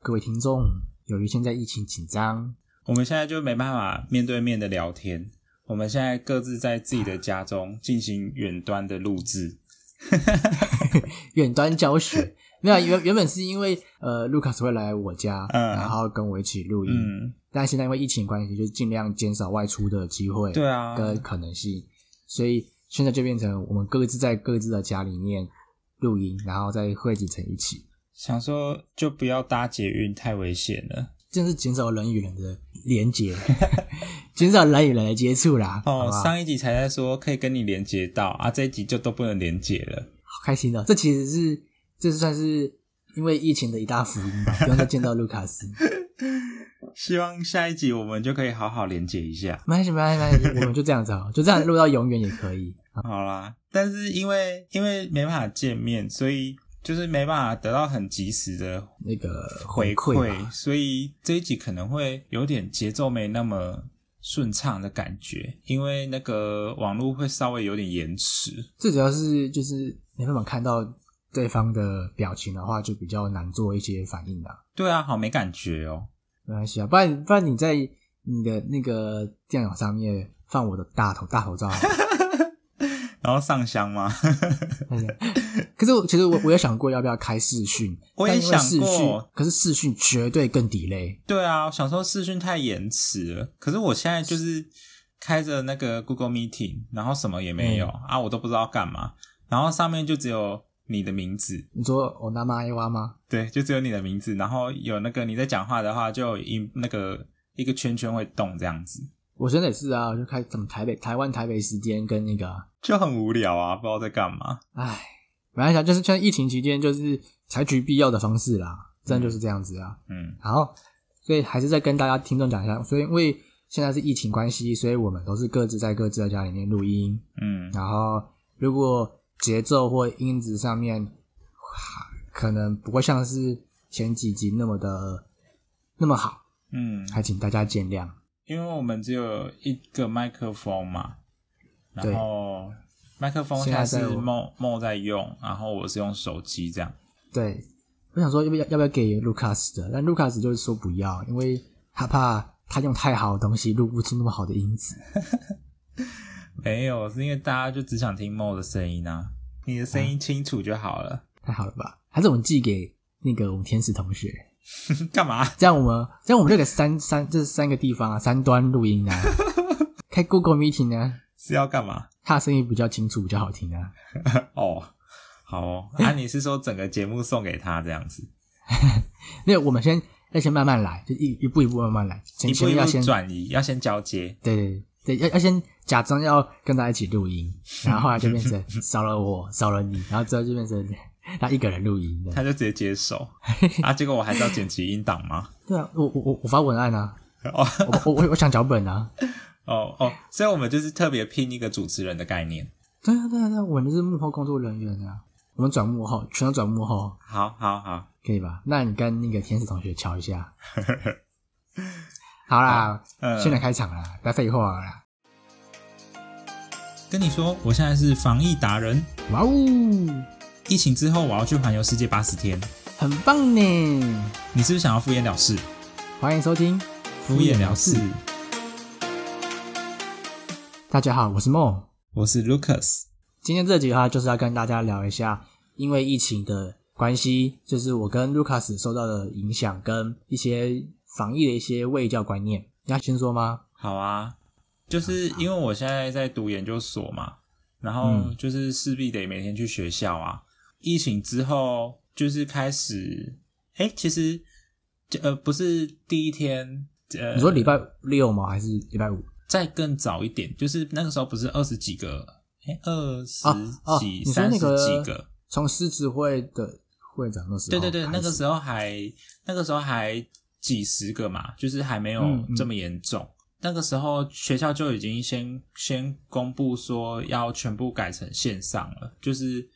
各位听众，由于现在疫情紧张，我们现在就没办法面对面的聊天，我们现在各自在自己的家中进行远端的录制。远端教学 没有原原本是因为呃，Lucas 会来我家，嗯然后跟我一起录音，嗯，但现在因为疫情关系，就尽量减少外出的机会对啊，跟可能性，所以现在就变成我们各自在各自的家里面录音，然后再汇集成一起，想说就不要搭捷运，太危险了。真是减少人与人的连 接，减少人与人的接触啦。好哦不，好上一集才在说可以跟你连接到啊，这一集就都不能连接了。好开心的、这其实是这算是因为疫情的一大福音 吧，不用再见到卢卡斯。希望下一集我们就可以好好连接一下。没关系，没关系，没关系，我们就这样子 好，就这样录到永远也可以。好啦，但是因为因为没办法见面，所以就是没办法得到很及时的那个回馈馈，吧，所以这一集可能会有点节奏没那么顺畅的感觉，因为那个网络会稍微有点延迟。最主要是就是没办法看到对方的表情的话，就比较难做一些反应啦。对啊，好没感觉哦。没关系啊，不然不然你在你的那个电脑上面放我的大头大头照好了， 然后上香吗？ 可是我其实我我有想过要不要开视讯，我也但因为想视过讯，可是视讯绝对更 delay。对啊，我想说视讯太延迟了，可是我现在就是开着那个 Google Meeting，然后什么也没有、啊，我都不知道干嘛，然后上面就只有你的名字，你说我那妈耶哇吗？对，就只有你的名字，然后有那个你在讲话的话，就有一那个一个圈圈会动这样子，我现在也是啊，我就开什么台北、台湾、台北时间跟那个啊，就很无聊啊，不知道在干嘛。唉，本来想啊就是趁疫情期间，就是采取必要的方式啦，这样就是这样子啊。嗯，然后，所以还是再跟大家听众讲一下，所以因为现在是疫情关系，所以我们都是各自在各自的家里面录音，嗯，然后如果节奏或音质上面哈可能不会像是前几集那么的那么好，嗯，还请大家见谅。因为我们只有一个麦克风嘛，然对后麦克风现现在在在是我梦梦在用，然后我是用手机这样。对，我想说要不要要不要给 Lucas 的，但 Lucas 就是说不要，因为他怕他用太好的东西录不出那么好的音质。没有，是因为大家就只想听梦的声音啊。你的声嗯音清楚就好了。 太好了吧？还是我们寄给那个我们天使同学，干嘛？这样我们这样我们这个三三这三个地方啊，三端录音 啊，开 Google Meeting 呢、是要干嘛？他的声音比较清楚，比较好听啊。哦，好哦。啊，你是说整个节目送给他这样子，那我们先要先慢慢来，就一一步一步慢慢来，前一前步一面要步先转移，要先交接。对对对，要要先假装要跟他一起录音， 然后后来就变成少了我，少了你，然后之后就变成他一个人录音他 的。就直接 接手啊！结果我还是要剪辑音档吗？对啊，我我我我发文案啊，哦我我 我我想脚本啊。哦哦，所以我们就是特别拼一个主持人的概念。对啊对啊对啊，我们是幕后工作人员啊，我们转幕后，全都转幕后，好好好，可以吧？那你跟那个天使同学瞧一下。好啦，嗯现在开场啦，不要废话了啦。跟你说，我现在是防疫达人。哇哦，疫情之后，我要去环游世界八十天。很棒呢！你是不是想要敷衍了事？欢迎收听《敷衍了事，大家好，我是梦。我是 Lucas。今天这集的话，就是要跟大家聊一下，因为疫情的关系，就是我跟 Lucas 受到的影响，跟一些防疫的一些卫教观念。你要先说吗？好啊，就是因为我现在在读研究所嘛，然后嗯就是势必得每天去学校啊。疫情之后就是开始，哎、其实呃不是第一天，呃，你说礼拜六吗？还是礼拜五？再更早一点，就是那个时候不是二十几个，哎、二十啊啊！几、你说三那十几个个，从狮子会的会长那时候对开对始，对，那个时候还那个时候还几十个嘛，就是还没有嗯嗯这么严重。那个时候学校就已经先先公布说要全部改成线上了，就是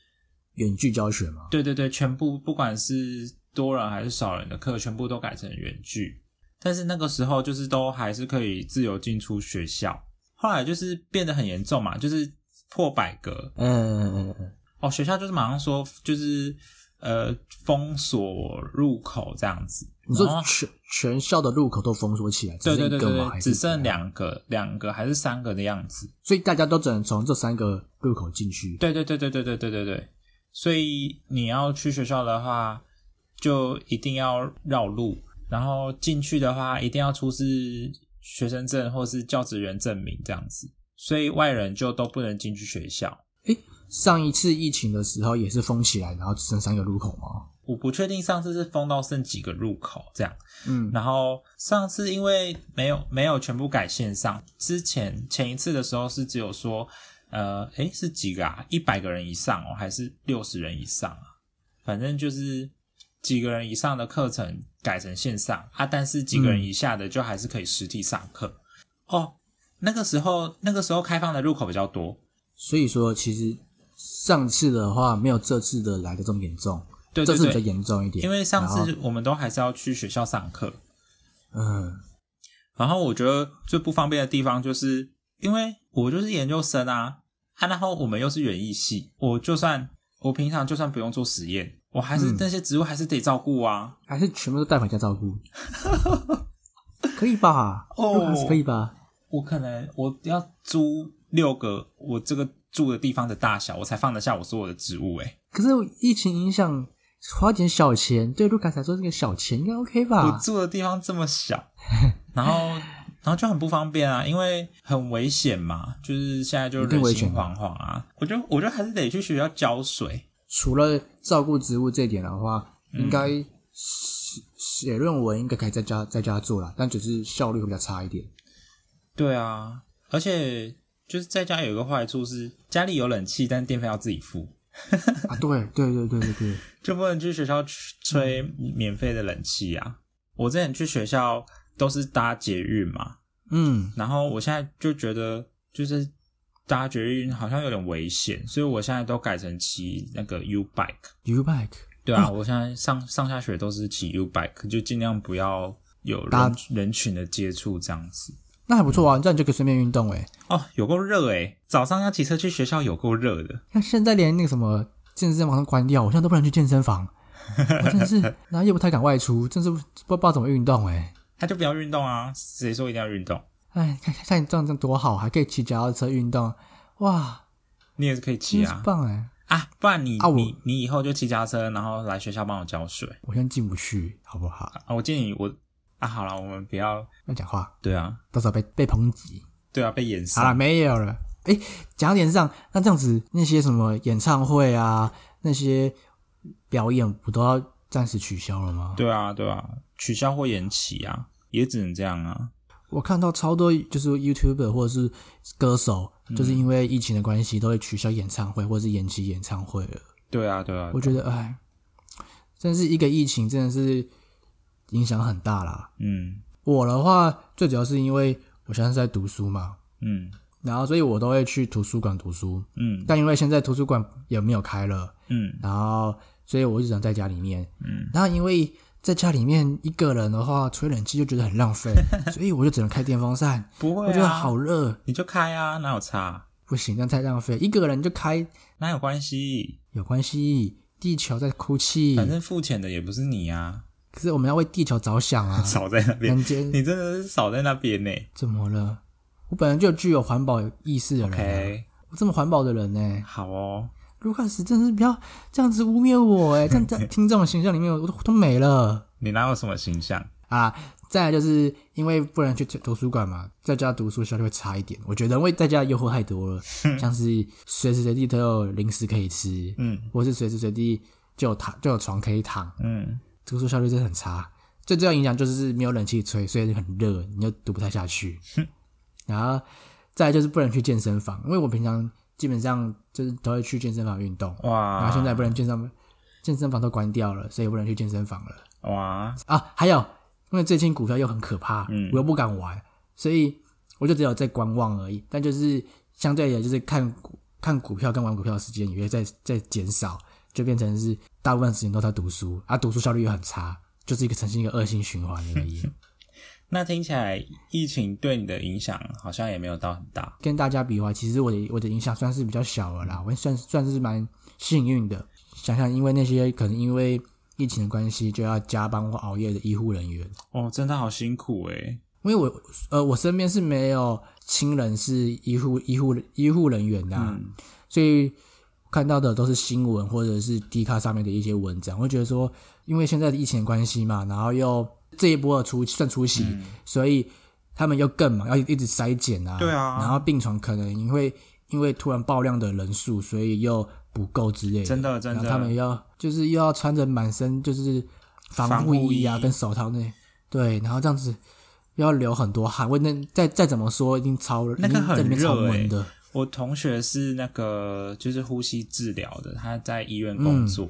远距教学嘛。对对对，全部不管是多人还是少人的课，全部都改成远距。但是那个时候就是都还是可以自由进出学校，后来就是变得很严重嘛，就是破百个，嗯嗯嗯嗯，哦，呃学校就是马上说，就是呃封锁入口这样子，你说然后全全校的路口都封锁起来，只对剩对一对个对吗？还对，是只剩怎样，两个，两个还是三个的样子。所以大家都只能从这三个路口进去。对对对对对对对对对，所以你要去学校的话，就一定要绕路，然后进去的话一定要出示学生证或是教职员证明这样子，所以外人就都不能进去学校。上一次疫情的时候也是封起来，然后只剩三个路口吗？我不确定上次是封到剩几个入口这样，嗯，然后上次因为没有没有全部改线上，之前前一次的时候是只有说，呃，诶是几个啊？一百个人以上哦，还是六十人以上啊？反正就是几个人以上的课程改成线上啊，但是几嗯个人以下的就还是可以实体上课。哦，那个时候那个时候开放的入口比较多，所以说其实上次的话没有这次的来的这么严重，对对这次比较对，严重一点。因为上然后次我们都还是要去学校上课，嗯，然后我觉得最不方便的地方，就是因为我就是研究生啊，啊，然后我们又是园艺系，我就算我平常就算不用做实验，我还是、嗯那些植物还是得照顾啊。还是全部都带回家照顾，可以吧？ 哦路卡斯可以吧？我可能我要租六个我这个住的地方的大小，我才放得下我所有的植物、欸。可是疫情影响，花点小钱对卢卡斯来说这个小钱应该 OK 我吧？住的地方这么小， 然后然后就很不方便啊，因为很危险嘛，就是现在就一定人危心险惶惶啊。我就我就还是得去学校浇水。除了照顾植物这一点的话，应嗯该写写论文应该可以在家在家做啦，但只是效率会比较差一点。对啊，而且就是在家有一个坏处是，家里有冷气，但电费要自己付，啊，对对对对对对，就不能去学校吹吹免费的冷气啊。我之前去学校都是搭捷运嘛，嗯，然后我现在就觉得就是搭捷运好像有点危险，所以我现在都改成骑那个 U bike。 u bike 对啊，我现在上上下学都是骑 U bike，就尽量不要有搭人人群的接触这样子。那还不错啊，这样你就可以顺便运动诶、欸哦，有够热诶，早上要骑车去学校有够热的。像现在连那个什么健身房都关掉，我现在都不能去健身房，我真的是，然后又不太敢外出，真是不不知道怎么运动诶、欸他就不要运动啊！谁说一定要运动？哎，看像你这样这样多好，还可以骑脚踏车运动，哇，你也是可以骑真是啊棒哎、啊！不然你、啊我你你以后就骑脚踏车，然后来学校帮我浇水我先进不去，好不好？啊！我建议我啊，好了，我们不要不要讲话，对啊，到时候被被抨击。对啊，被延好了，上。没有了。哎，讲到脸上，那这样子那些什么演唱会啊，那些表演不都要暂时取消了吗？对啊，对啊，取消或延期啊，也只能这样啊。我看到超多就是 YouTuber 或者是歌手，嗯就是因为疫情的关系，都会取消演唱会或者是延期演唱会了。对啊，对啊我，觉得，哎，真是一个疫情，真的是影响很大啦。嗯我的话，最主要是因为我现在是在读书嘛，嗯然后所以我都会去图书馆读书，嗯但因为现在图书馆也没有开了，嗯然后所以我就只能在家里面。嗯，然后因为在家里面一个人的话，吹冷气就觉得很浪 费，所以我就只能开电风扇。不会、啊，我觉得好，热，你就开啊，哪有差？不行，这样太浪费。一个人就开哪有关系？有关系，地球在哭泣，反正付钱的也不是你啊，。可是我们要为地球着想啊 少在那边人，间你真的是少在那边呢、怎么了？我本来就具有环保意识的人啊、 OK，我这么环保的人呢、好哦。卢卡斯真是不要这样子污蔑我 哎、这样在听众形象里面我都都没了你哪有什么形象？啊！再来就是因为不能去图书馆嘛，在家读书效率会差一点。我觉得因为在家诱惑太多了，像是随时随地都有零食可以吃，嗯或是随时随地就有躺就有床可以躺，嗯，读书效率真的很差。最重要影响就是没有冷气吹，所以很热，你就读不太下去。然后再来就是不能去健身房，因为我平常基本上就是都会去健身房运动，哇，然后现在不能健身房，健身房都关掉了，所以不能去健身房了哇，啊。还有，因为最近股票又很可怕，嗯我又不敢玩，所以我就只有在观望而已。但就是相对的，就是看股看股票跟玩股票的时间也会在在减少，就变成是大部分时间都在读书，啊，读书效率又很差，就是一个呈现一个恶性循环而已。那听起来疫情对你的影响好像也没有到很大。跟大家比的话，其实我的我的影响算是比较小了啦，我算算是蛮幸运的。想想，因为那些可能因为疫情的关系，就要加班或熬夜的医护人员。哦，真的好辛苦欸诶。因为我呃，我身边是没有亲人是医护医护医护人员的、啊，嗯所以看到的都是新闻或者是 D 卡上面的一些文章，我会觉得说，因为现在的疫情的关系嘛，然后又这一波的出算出席，嗯所以他们又更忙，要一直筛检啊，对啊然后病床可能因为因为突然爆量的人数，所以又不够之类的，真的真的然后他们要就是又要穿着满身就是防防护护衣啊衣跟手套那，对，然后这样子。又要流很多汗，我那再再怎么说，一定超那个一定在里面很热超欸闷的，我同学是那个就是呼吸治疗的，他在医院工作，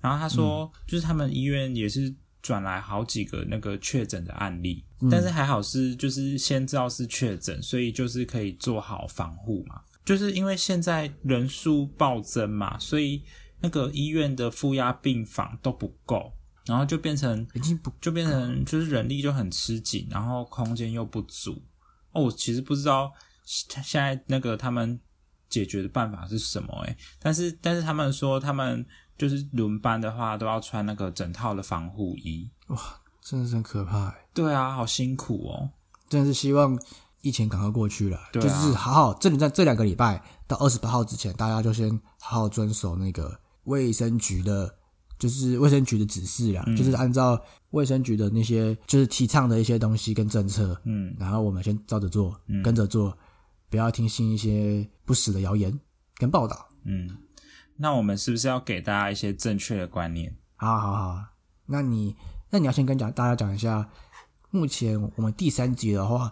然后他说、就是他们医院也是转来好几个那个确诊的案例，但是还好是就是先知道是确诊，所以就是可以做好防护嘛。就是因为现在人数暴增嘛，所以那个医院的负压病房都不够，然后就变成已经不就变成就是人力就很吃紧，然后空间又不足。哦，我其实不知道现现在那个他们解决的办法是什么诶、但是但是他们说他们就是轮班的话都要穿那个整套的防护衣。真的是很可怕、欸，对啊，好辛苦哦。真的是希望疫情赶快过去了，对啊就是好好这里在这两个礼拜到二十八号之前，大家就先好好遵守那个卫生局的。就是卫生局的指示嗯啦，就是按照卫生局的那些就是提倡的一些东西跟政策，嗯，然后我们先照着做，跟着做，不要听信一些不实的谣言跟报道。嗯，那我们是不是要给大家一些正确的观念？好好好，那你那你要先跟讲大家讲一下，目前我们第三集的话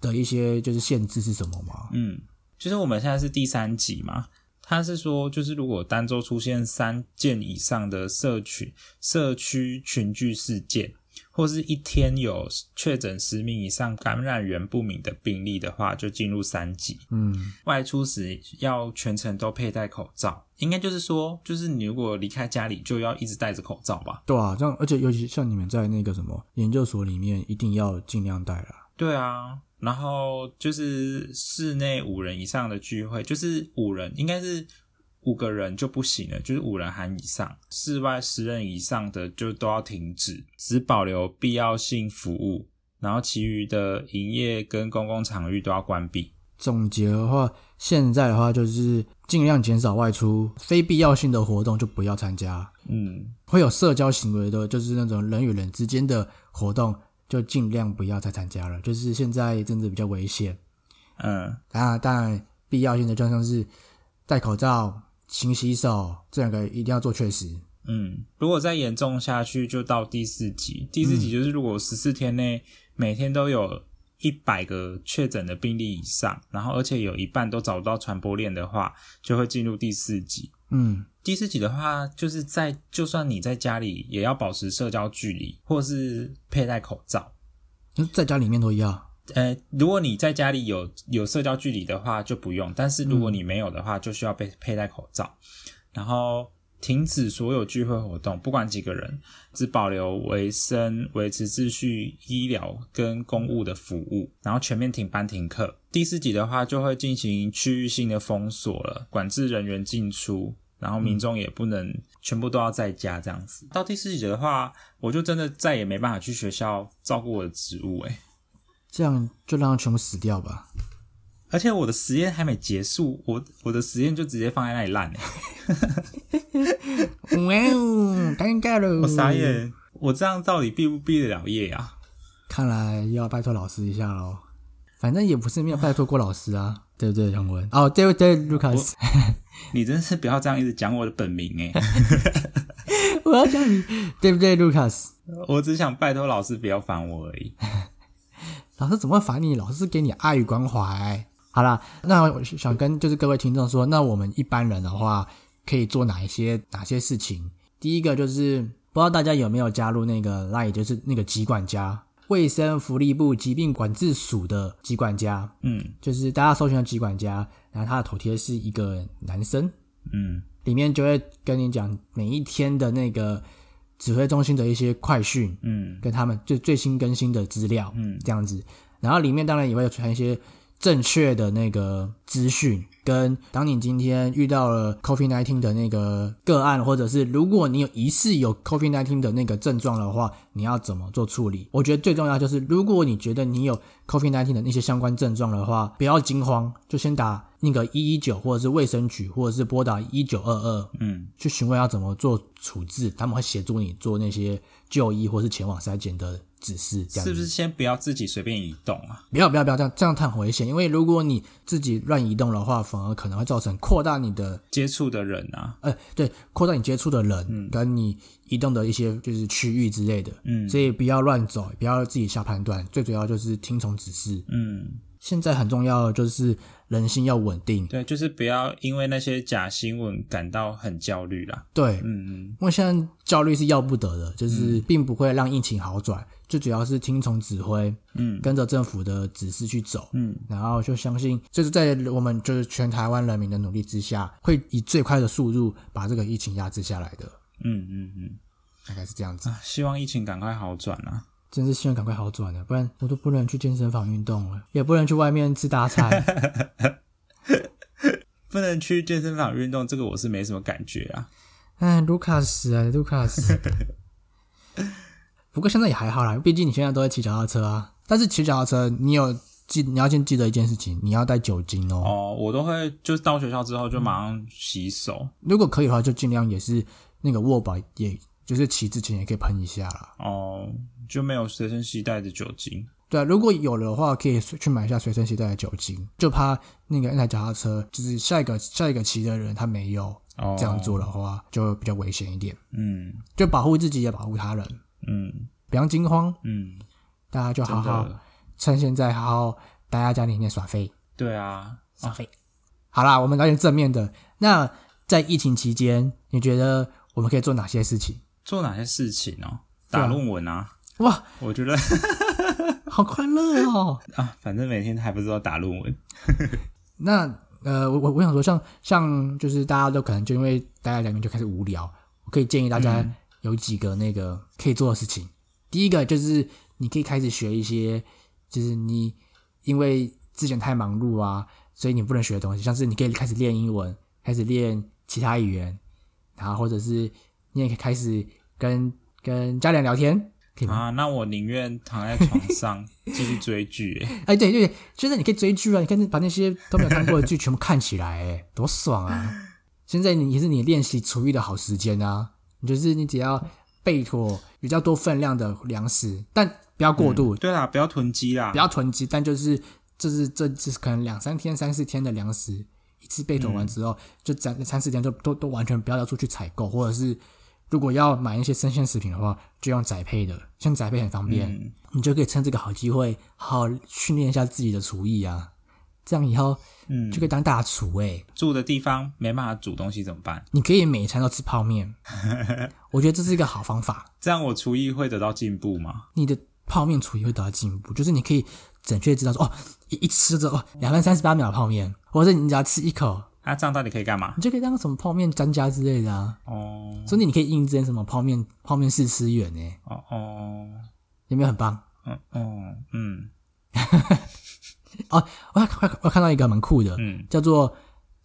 的一些就是限制是什么吗？嗯，就是我们现在是第三集嘛，他是说，就是如果单周出现三件以上的社群社区群聚事件，或是一天有确诊十名以上感染源不明的病例的话，就进入三级。嗯，外出时要全程都佩戴口罩，应该就是说，就是你如果离开家里，就要一直戴着口罩吧。对啊，这样而且尤其像你们在那个什么研究所里面，一定要尽量带啦。对啊，然后就是室内五人以上的聚会，就是五人应该是五个人就不行了，就是五人含以上，室外十人以上的就都要停止，只保留必要性服务，然后其余的营业跟公共场域都要关闭。总结的话，现在的话就是尽量减少外出，非必要性的活动就不要参加。嗯，会有社交行为的，就是那种人与人之间的活动，就尽量不要再参加了。就是现在真的比较危险，嗯，当然，当然必要性的就像是戴口罩、勤洗手，这两个一定要做确实。嗯，如果再严重下去，就到第四级。第四级就是，如果十四天内每天都有一百个确诊的病例以上，然后而且有一半都找不到传播链的话，就会进入第四级。嗯，第四级的话，就是在就算你在家里，也要保持社交距离，或是佩戴口罩。就在家里面都一样。呃，如果你在家里有有社交距离的话就不用，但是如果你没有的话，就需要被佩戴口罩，然后停止所有聚会活动，不管几个人，只保留维生、维持秩序、医疗跟公务的服务，然后全面停班停课。第四级的话，就会进行区域性的封锁了，管制人员进出。然后民众也不能全部都要在家这样子。到第四级的话，我就真的再也没办法去学校照顾我的职务、欸，这样就让它全部死掉 吧。而且我的实验还没结束，我我的实验就直接放在那里烂、嗯欸，哇哦，尴尬了！我傻。眼，我这样到底毕不毕得了业啊？看来要拜托老师一下喽。反正也不是没有拜托过老师啊，对不对，杨文？哦，对对，Lucas，你真是不要这样一直讲我的本名哎、 欸我要叫你，对不对，Lucas？我只想拜托老师不要烦我而已。老师怎么会烦你？老师给你爱与关怀。好啦，那我想跟就是各位听众说，那我们一般人的话，可以做哪一些哪些事情？第一个就是不知道大家有没有加入那个 Line，就是那个疾管家卫生福利部疾病管制署的疾管家，嗯就是大家搜寻的疾管家，然后他的头贴是一个男生，嗯里面就会跟你讲每一天的那个指挥中心的一些快讯，嗯跟他们最最新更新的资料，嗯这样子。然后里面当然也会有传一些正确的那个资讯，跟当你今天遇到了 COVID-19 的那个个案，或者是如果你有疑似有 COVID-19 的那个症状的话，你要怎么做处理？我觉得最重要就是，如果你觉得你有 COVID-19 的那些相关症状的话，不要惊慌，就先打那个一一九，或者是卫生局，或者是拨打一九二二，嗯，去询问要怎么做处置，他们会协助你做那些就医或是前往筛检的指示，这样子是不是先不要自己随便移动啊？不要不要不要这样，这样太危险。因为如果你自己乱移动的话，反而可能会造成扩大你的接触的人啊，呃，对，扩大你接触的人跟你移动的一些就是区域之类的。嗯所以不要乱走，不要自己下判断，最主要就是听从指示。嗯，现在很重要的就是人心要稳定，对，就是不要因为那些假新闻感到很焦虑啦。对，嗯，因为现在焦虑是要不得的，就是并不会让疫情好转，最主要是听从指挥，嗯，跟着政府的指示去走，嗯，然后就相信，就是在我们就是全台湾人民的努力之下，会以最快的速度把这个疫情压制下来的，嗯嗯嗯，大概是这样子。啊，希望疫情赶快好转啊！真是希望赶快好转啊了，不然我都不能去健身房运动了，也不能去外面吃大 餐。不能去健身房运动，这个我是没什么感觉啊。哎，卢卡斯啊，卢卡 斯。不过现在也还好啦，毕竟你现在都在骑脚踏车啊。但是骑脚踏车，你有记你要先记得一件事情，你要带酒精哦。哦，我都会就是到学校之后就马上洗手。如果可以的话，就尽量也是那个握把，也就是骑之前也可以喷一下啦。哦，就没有随身携带的酒精。对啊，如果有的话，可以去买一下随身携带的酒精，就怕那个那台脚踏车就是下一个下一个骑的人他没有哦，这样做的话，就比较危险一点。嗯就保护自己也保护他人，嗯不要惊慌，嗯，大家就真好好的，趁现在好好待在家里面耍飞对啊，耍飞。好啦，我们聊点正面的。那在疫情期间，你觉得我们可以做哪些事情？做哪些事情哦？对啊打论文啊，哇，我觉得 好快乐哦！啊，反正每天还不是都打论文。那呃，我我我想说像，像就是大家都可能就因为待在家里面就开始无聊，我可以建议大家有几个那个可以做的事情。第一个就是你可以开始学一些，就是你因为之前太忙碌啊，所以你不能学的东西，像是你可以开始练英文，开始练其他语言，然后或者是你也可以开始跟跟家人聊天，可以吗？啊，那我宁愿躺在床上 继续追剧、欸。哎，对对，对就是你可以追剧啊，你可以把那些都没有看过的剧全部看起来， 哎，多爽啊！现在你也是你练习厨艺的好时间啊，你就是你只要备妥比较多分量的粮食，但不要过度，对啦，不要囤积啦不。要囤积，但就是就是这这可能两三天、三四天的粮食，一次备妥完之后，就三三四天就都都完全不要要出去采购，或者是如果要买一些生鲜食品的话，就用宅配的，像宅配很方便，嗯你就可以趁这个好机会好好训练一下自己的厨艺啊，这样以后嗯就，可以当大厨哎、住的地方没办法煮东西怎么办？你可以每餐都吃泡 面，我觉得这是一个好方法。这样我厨艺会得到进步吗？你的泡面厨艺会得到进步，就是你可以准确地知道说，哦，一一吃着哦，两分三十八秒的泡面，或者是你只要吃一口，啊，这样到底可以干嘛？你就可以当什么泡面专家之类的啊，哦说不定你可以应征什么泡面泡面试吃员呢、欸哦哦，有没有很棒？嗯哦嗯哦，我还我还我看到一个蛮酷的，嗯叫做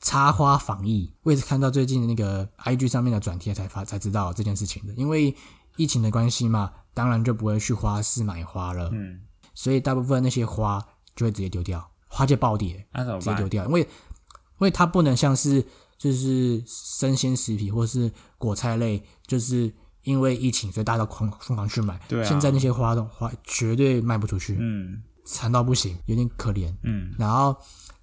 插花防疫。我也是看到最近的那个 IG 上面的转贴才发才知道这件事情的，因为疫情的关系嘛，当然就不会去花市买花了，嗯，所以大部分那些花就会直接丢掉，花界暴跌，那、怎么直接办丢？掉，因为因为它不能像是就是生鲜食品或是果菜类，就是因为疫情，所以大家都狂疯狂去买。对啊现在那些花都花绝对卖不出去，嗯惨到不行，有点可怜。嗯然后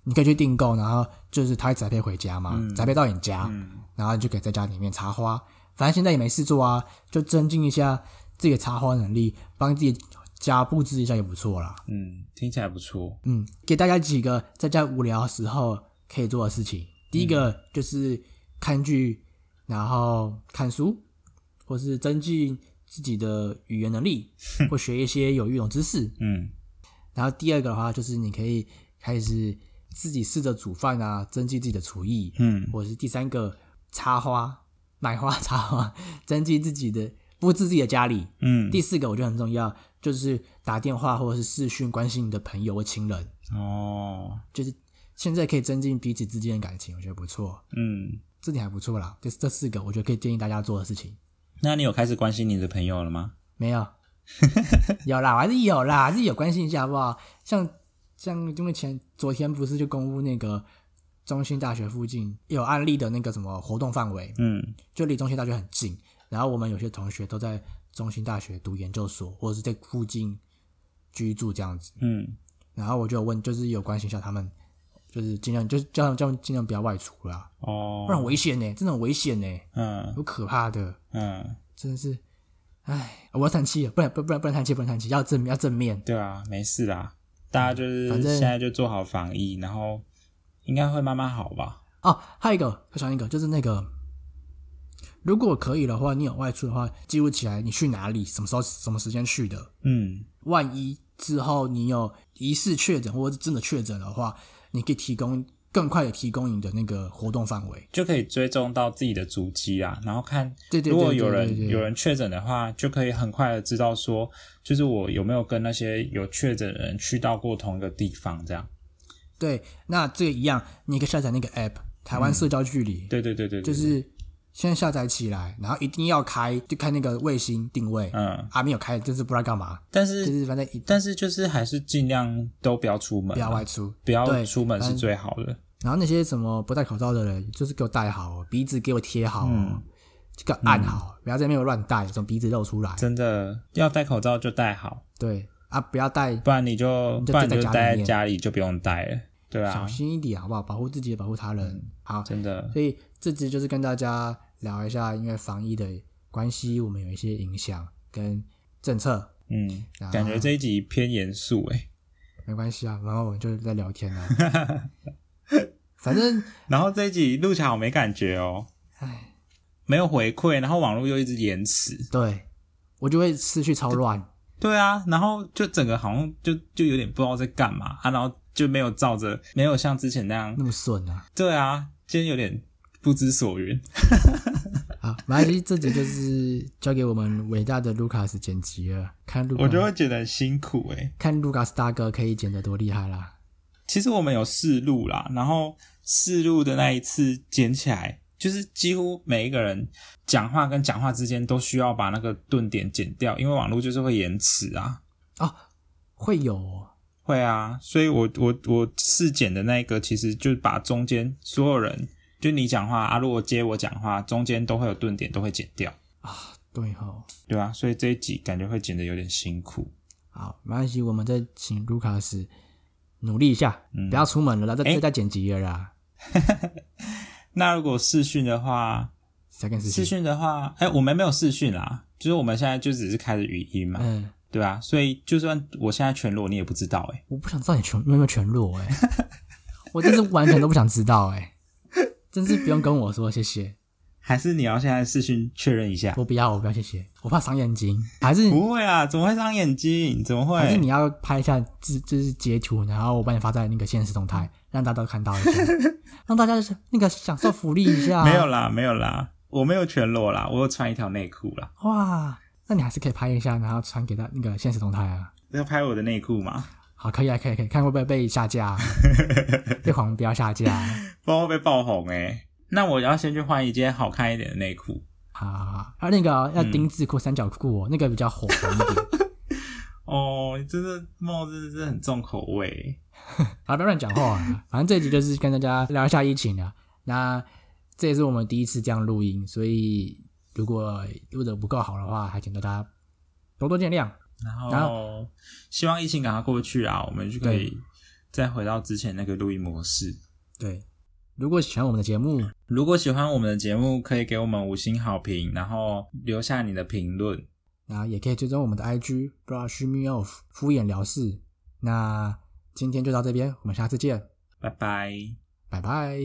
你可以去订购，然后就是它会宅配回家嘛，嗯宅配到你家，然后你就可以在家里面插花。反正现在也没事做啊，就增进一下自己的插花能力，帮自己家布置一下也不错啦。嗯，听起来不错。嗯，给大家几个在家无聊的时候可以做的事情。第一嗯个就是看剧，然后看书，或是增进自己的语言能力，或学一些有用的知识。嗯然后第二个的话，就是你可以开始自己试着煮饭啊，增进自己的厨艺。嗯或者是第三个插花，买花插花， 增进自己的布置自己的家里。嗯第四个我觉得很重要，就是打电话或者是视讯关心你的朋友或亲人，哦，就是现在可以增进彼此之间的感情，我觉得不错，嗯，这点还不错啦。这这四个我觉得可以建议大家做的事情，那你有开始关心你的朋友了吗？没有，有啦，我还是有啦，还是有关心一下好不好？像像因为前昨天不是就公布那个中心大学附近有案例的那个什么活动范围，嗯，就离中心大学很近。然后我们有些同学都在中心大学读研究所，或者是在附近居住这样子。嗯，然后我就有问，就是有关心一下他们，就是尽量就是叫他们叫他们尽量不要外出啦，哦不，然很危险呢、真的很危险呢、嗯有可怕的，嗯，真的是，唉，我要叹气了，不然不不然不然叹气，不然叹气，要正要正面，对啊，没事啦，大家就是嗯反正现在就做好防疫，然后应该会慢慢好吧？哦，还有一个，我想一个，就是那个，如果可以的话，你有外出的话，记录起来你去哪里，什么时候、什么时间去的。嗯，万一之后你有疑似确诊或者是真的确诊的话，你可以提供更快的提供你的那个活动范围。就可以追踪到自己的足迹啊，然后看，对对对如果有对对人对有人确诊的话，就可以很快的知道说，就是我有没有跟那些有确诊的人去到过同一个地方，这样。对，那这个一样，你可以下载那个 app，台湾社交距离，对对对对，就对是先下载起来，然后一定要开，就开那个卫星定位。嗯，啊，没有开，真是不知道干嘛，但就是是反正一但是就是还是尽量都不要出门不要啊，外出。不要对出门是最好的。然后那些什么不戴口罩的人，就是给我戴好哦，鼻子给我贴好哦，嗯这个按好，不要在那边乱戴，从鼻子露出来。真的要戴口罩就戴好，对啊，不要戴，不然你就你就不然你在就家里待在面家里就不用戴了，对小啊，嗯心一点好不好？保护自己，也保护他人。好，真的，所以这集就是跟大家聊一下，因为防疫的关系，我们有一些影响跟政策，嗯然，后感觉这一集偏严肃欸诶。没关系啊。然后我们就在聊天 啊，反正然后这一集录起来我没感觉哦，唉，没有回馈，然后网络又一直延迟，对我就会思绪超乱。对啊，然后就整个好像就就有点不知道在干嘛啊，然后就没有照着，没有像之前那样，那么顺啊！对啊，今天有点不知所云，好，没关系，这集就是交给我们伟大的卢卡斯剪辑了。看卢，我就会觉得很辛苦诶。看卢卡斯大哥可以剪得多厉害啦！其实我们有试录啦，然后试录的那一次剪起来，就是几乎每一个人讲话跟讲话之间都需要把那个顿点剪掉，因为网络就是会延迟啊。哦，会有哦会啊，所以我我我试剪的那一个，其实就是把中间所有人，就你讲话啊，如果接我讲话，中间都会有顿点，都会剪掉，对吼。对啊，所以这一集感觉会剪得有点辛苦。好，没关系，我们再请卢卡斯努力一下，嗯不要出门了啦，再再再剪辑了啦。那如果视讯的话，再跟事视情，讯的话，哎、我们没有视讯啦，就是我们现在就只是开着语音嘛，嗯，对吧、所以就算我现在全裸，你也不知道哎、我不想知道你全有没有全裸哎、我真是完全都不想知道哎、真是不用跟我说谢谢，还是你要现在视讯确认一下？我不要我不要谢谢，我怕伤眼睛，还是不会啊，怎么会伤眼睛？怎么还是会？你要拍一下自就是截图，然后我帮你发在那个现实动态，让大家都看到一 下，让大家那个享受福利一下。没有啦，没有啦，我没有全裸啦，我有穿一条内裤啦。哇，那你还是可以拍一下，然后传给他那个现实动态啊。要拍我的内裤吗？好，可以啊，可以，可以，看会不会被下架、 被黄标下架、不然会被爆红哎、那我要先去换一件好看一点的内裤。好好好，啊，那个哦、嗯要丁字裤、三角裤、哦，那个比较火红一点。哦，真的梦真的是很重口味欸。好，不要乱讲话、啊。反正这一集就是跟大家聊一下疫情啊。那这也是我们第一次这样录音，所以如果录的不够好的话，还请大家多多见谅。然后然希望疫情赶快过去啊，我们就可以再回到之前那个录音模式。对，如果喜欢我们的节目，如果喜欢我们的节目，可以给我们五星好评，然后留下你的评论。那也可以追踪我们的 IG brush me off 哦敷衍了事。那今天就到这边，我们下次见，拜拜。拜拜。